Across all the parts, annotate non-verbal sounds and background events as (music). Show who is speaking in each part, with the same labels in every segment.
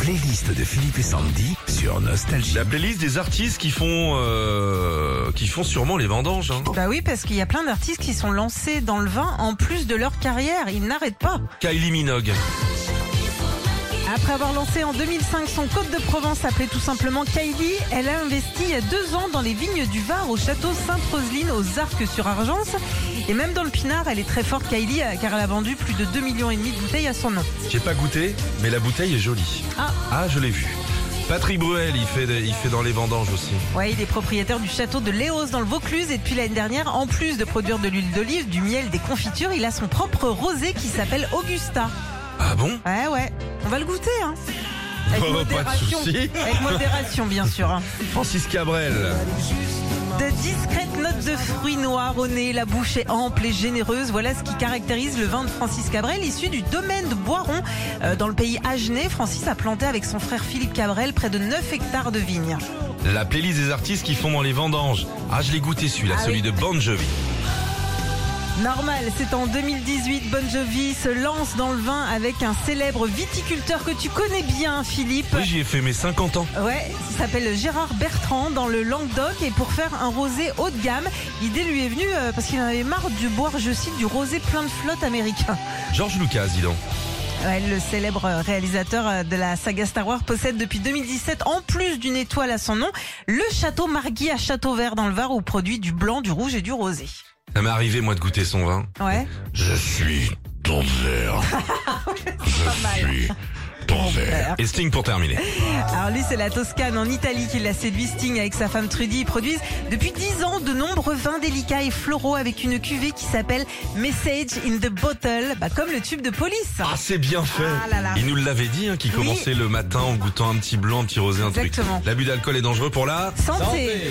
Speaker 1: playlist de Philippe et Sandy sur Nostalgie.
Speaker 2: La playlist des artistes qui font euh, qui font sûrement les vendanges. hein.
Speaker 3: Bah oui, parce qu'il y a plein d'artistes qui sont lancés dans le vin en plus de leur carrière. Ils n'arrêtent pas.
Speaker 2: Kylie Minogue,
Speaker 3: Après avoir lancé en 2005 son Côte de Provence appelé tout simplement Kylie, elle a investi il y a deux ans dans les vignes du Var au château Sainte-Roseline aux Arcs-sur-Argence. Et même dans le Pinard, elle est très forte Kylie euh, car elle a vendu plus de 2,5 millions et demi de bouteilles à son nom.
Speaker 2: j'ai pas goûté, mais la bouteille est jolie.
Speaker 3: Ah.
Speaker 2: je l'ai vu. Patrick Bruel, il fait des- il fait dans les vendanges aussi.
Speaker 3: Ouais, il est propriétaire du château de Léos dans le Vaucluse et depuis l'année dernière, en plus de produire de l'huile d'olive, du miel, des confitures, il a son propre rosé qui s'appelle Augusta.
Speaker 2: Ah bon
Speaker 3: Ouais, ouais. On va le goûter, hein. Avec
Speaker 2: Oh, pas de
Speaker 3: modération.
Speaker 2: souci.
Speaker 3: Avec modération, bien sûr. hein.
Speaker 2: Francis Cabrel,
Speaker 3: De discrètes notes de fruits noirs au nez, la bouche est ample et généreuse. Voilà ce qui caractérise le vin de Francis Cabrel, issu du domaine de Boiron. Euh, dans le pays agenais, Francis a planté avec son frère Philippe Cabrel près de 9 hectares de vignes.
Speaker 2: la playlist des artistes qui font dans les vendanges. Ah, je l'ai goûté celui-là,
Speaker 3: Ah
Speaker 2: celui
Speaker 3: oui.
Speaker 2: de Bon Jovi.
Speaker 3: Normal, c'est en 2018, Bon Jovi se lance dans le vin avec un célèbre viticulteur que tu connais bien, Philippe.
Speaker 2: Oui, j'y ai fait mes 50 ans.
Speaker 3: Ouais, il s'appelle Gérard Bertrand dans le Languedoc et pour faire un rosé haut de gamme, l'idée lui est venue euh, parce qu'il en avait marre de boire, je cite, du rosé plein de flotte américain.
Speaker 2: Georges Lucas, dis donc.
Speaker 3: Ouais, le célèbre euh, réalisateur euh, de la saga Star Wars possède depuis 2017, en plus d'une étoile à son nom, le château Margui à Châteauvert dans le Var où produit du blanc, du rouge et du rosé.
Speaker 2: Ça m'est arrivé moi de goûter son vin.
Speaker 3: Ouais,
Speaker 1: Je suis ton
Speaker 3: (laughs)
Speaker 1: verre. Je suis ton verre.
Speaker 2: Et Sting pour terminer.
Speaker 3: Ah, alors lui c'est la Toscane en Italie qui l'a séduit Sting avec sa femme Trudy. Ils produisent depuis 10 ans de nombreux vins délicats et floraux avec une cuvée qui s'appelle Message in the Bottle, bah, comme le tube de police.
Speaker 2: Ah, c'est bien fait.
Speaker 3: Ah là là.
Speaker 2: Il nous l'avait dit, hein, qu'il
Speaker 3: Oui.
Speaker 2: commençait le matin en goûtant un petit blanc, un petit rosé, un
Speaker 3: Exactement.
Speaker 2: truc. L'abus d'alcool est dangereux pour la
Speaker 3: Santé.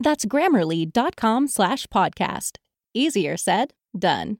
Speaker 4: That's grammarly.com slash podcast. Easier said, done.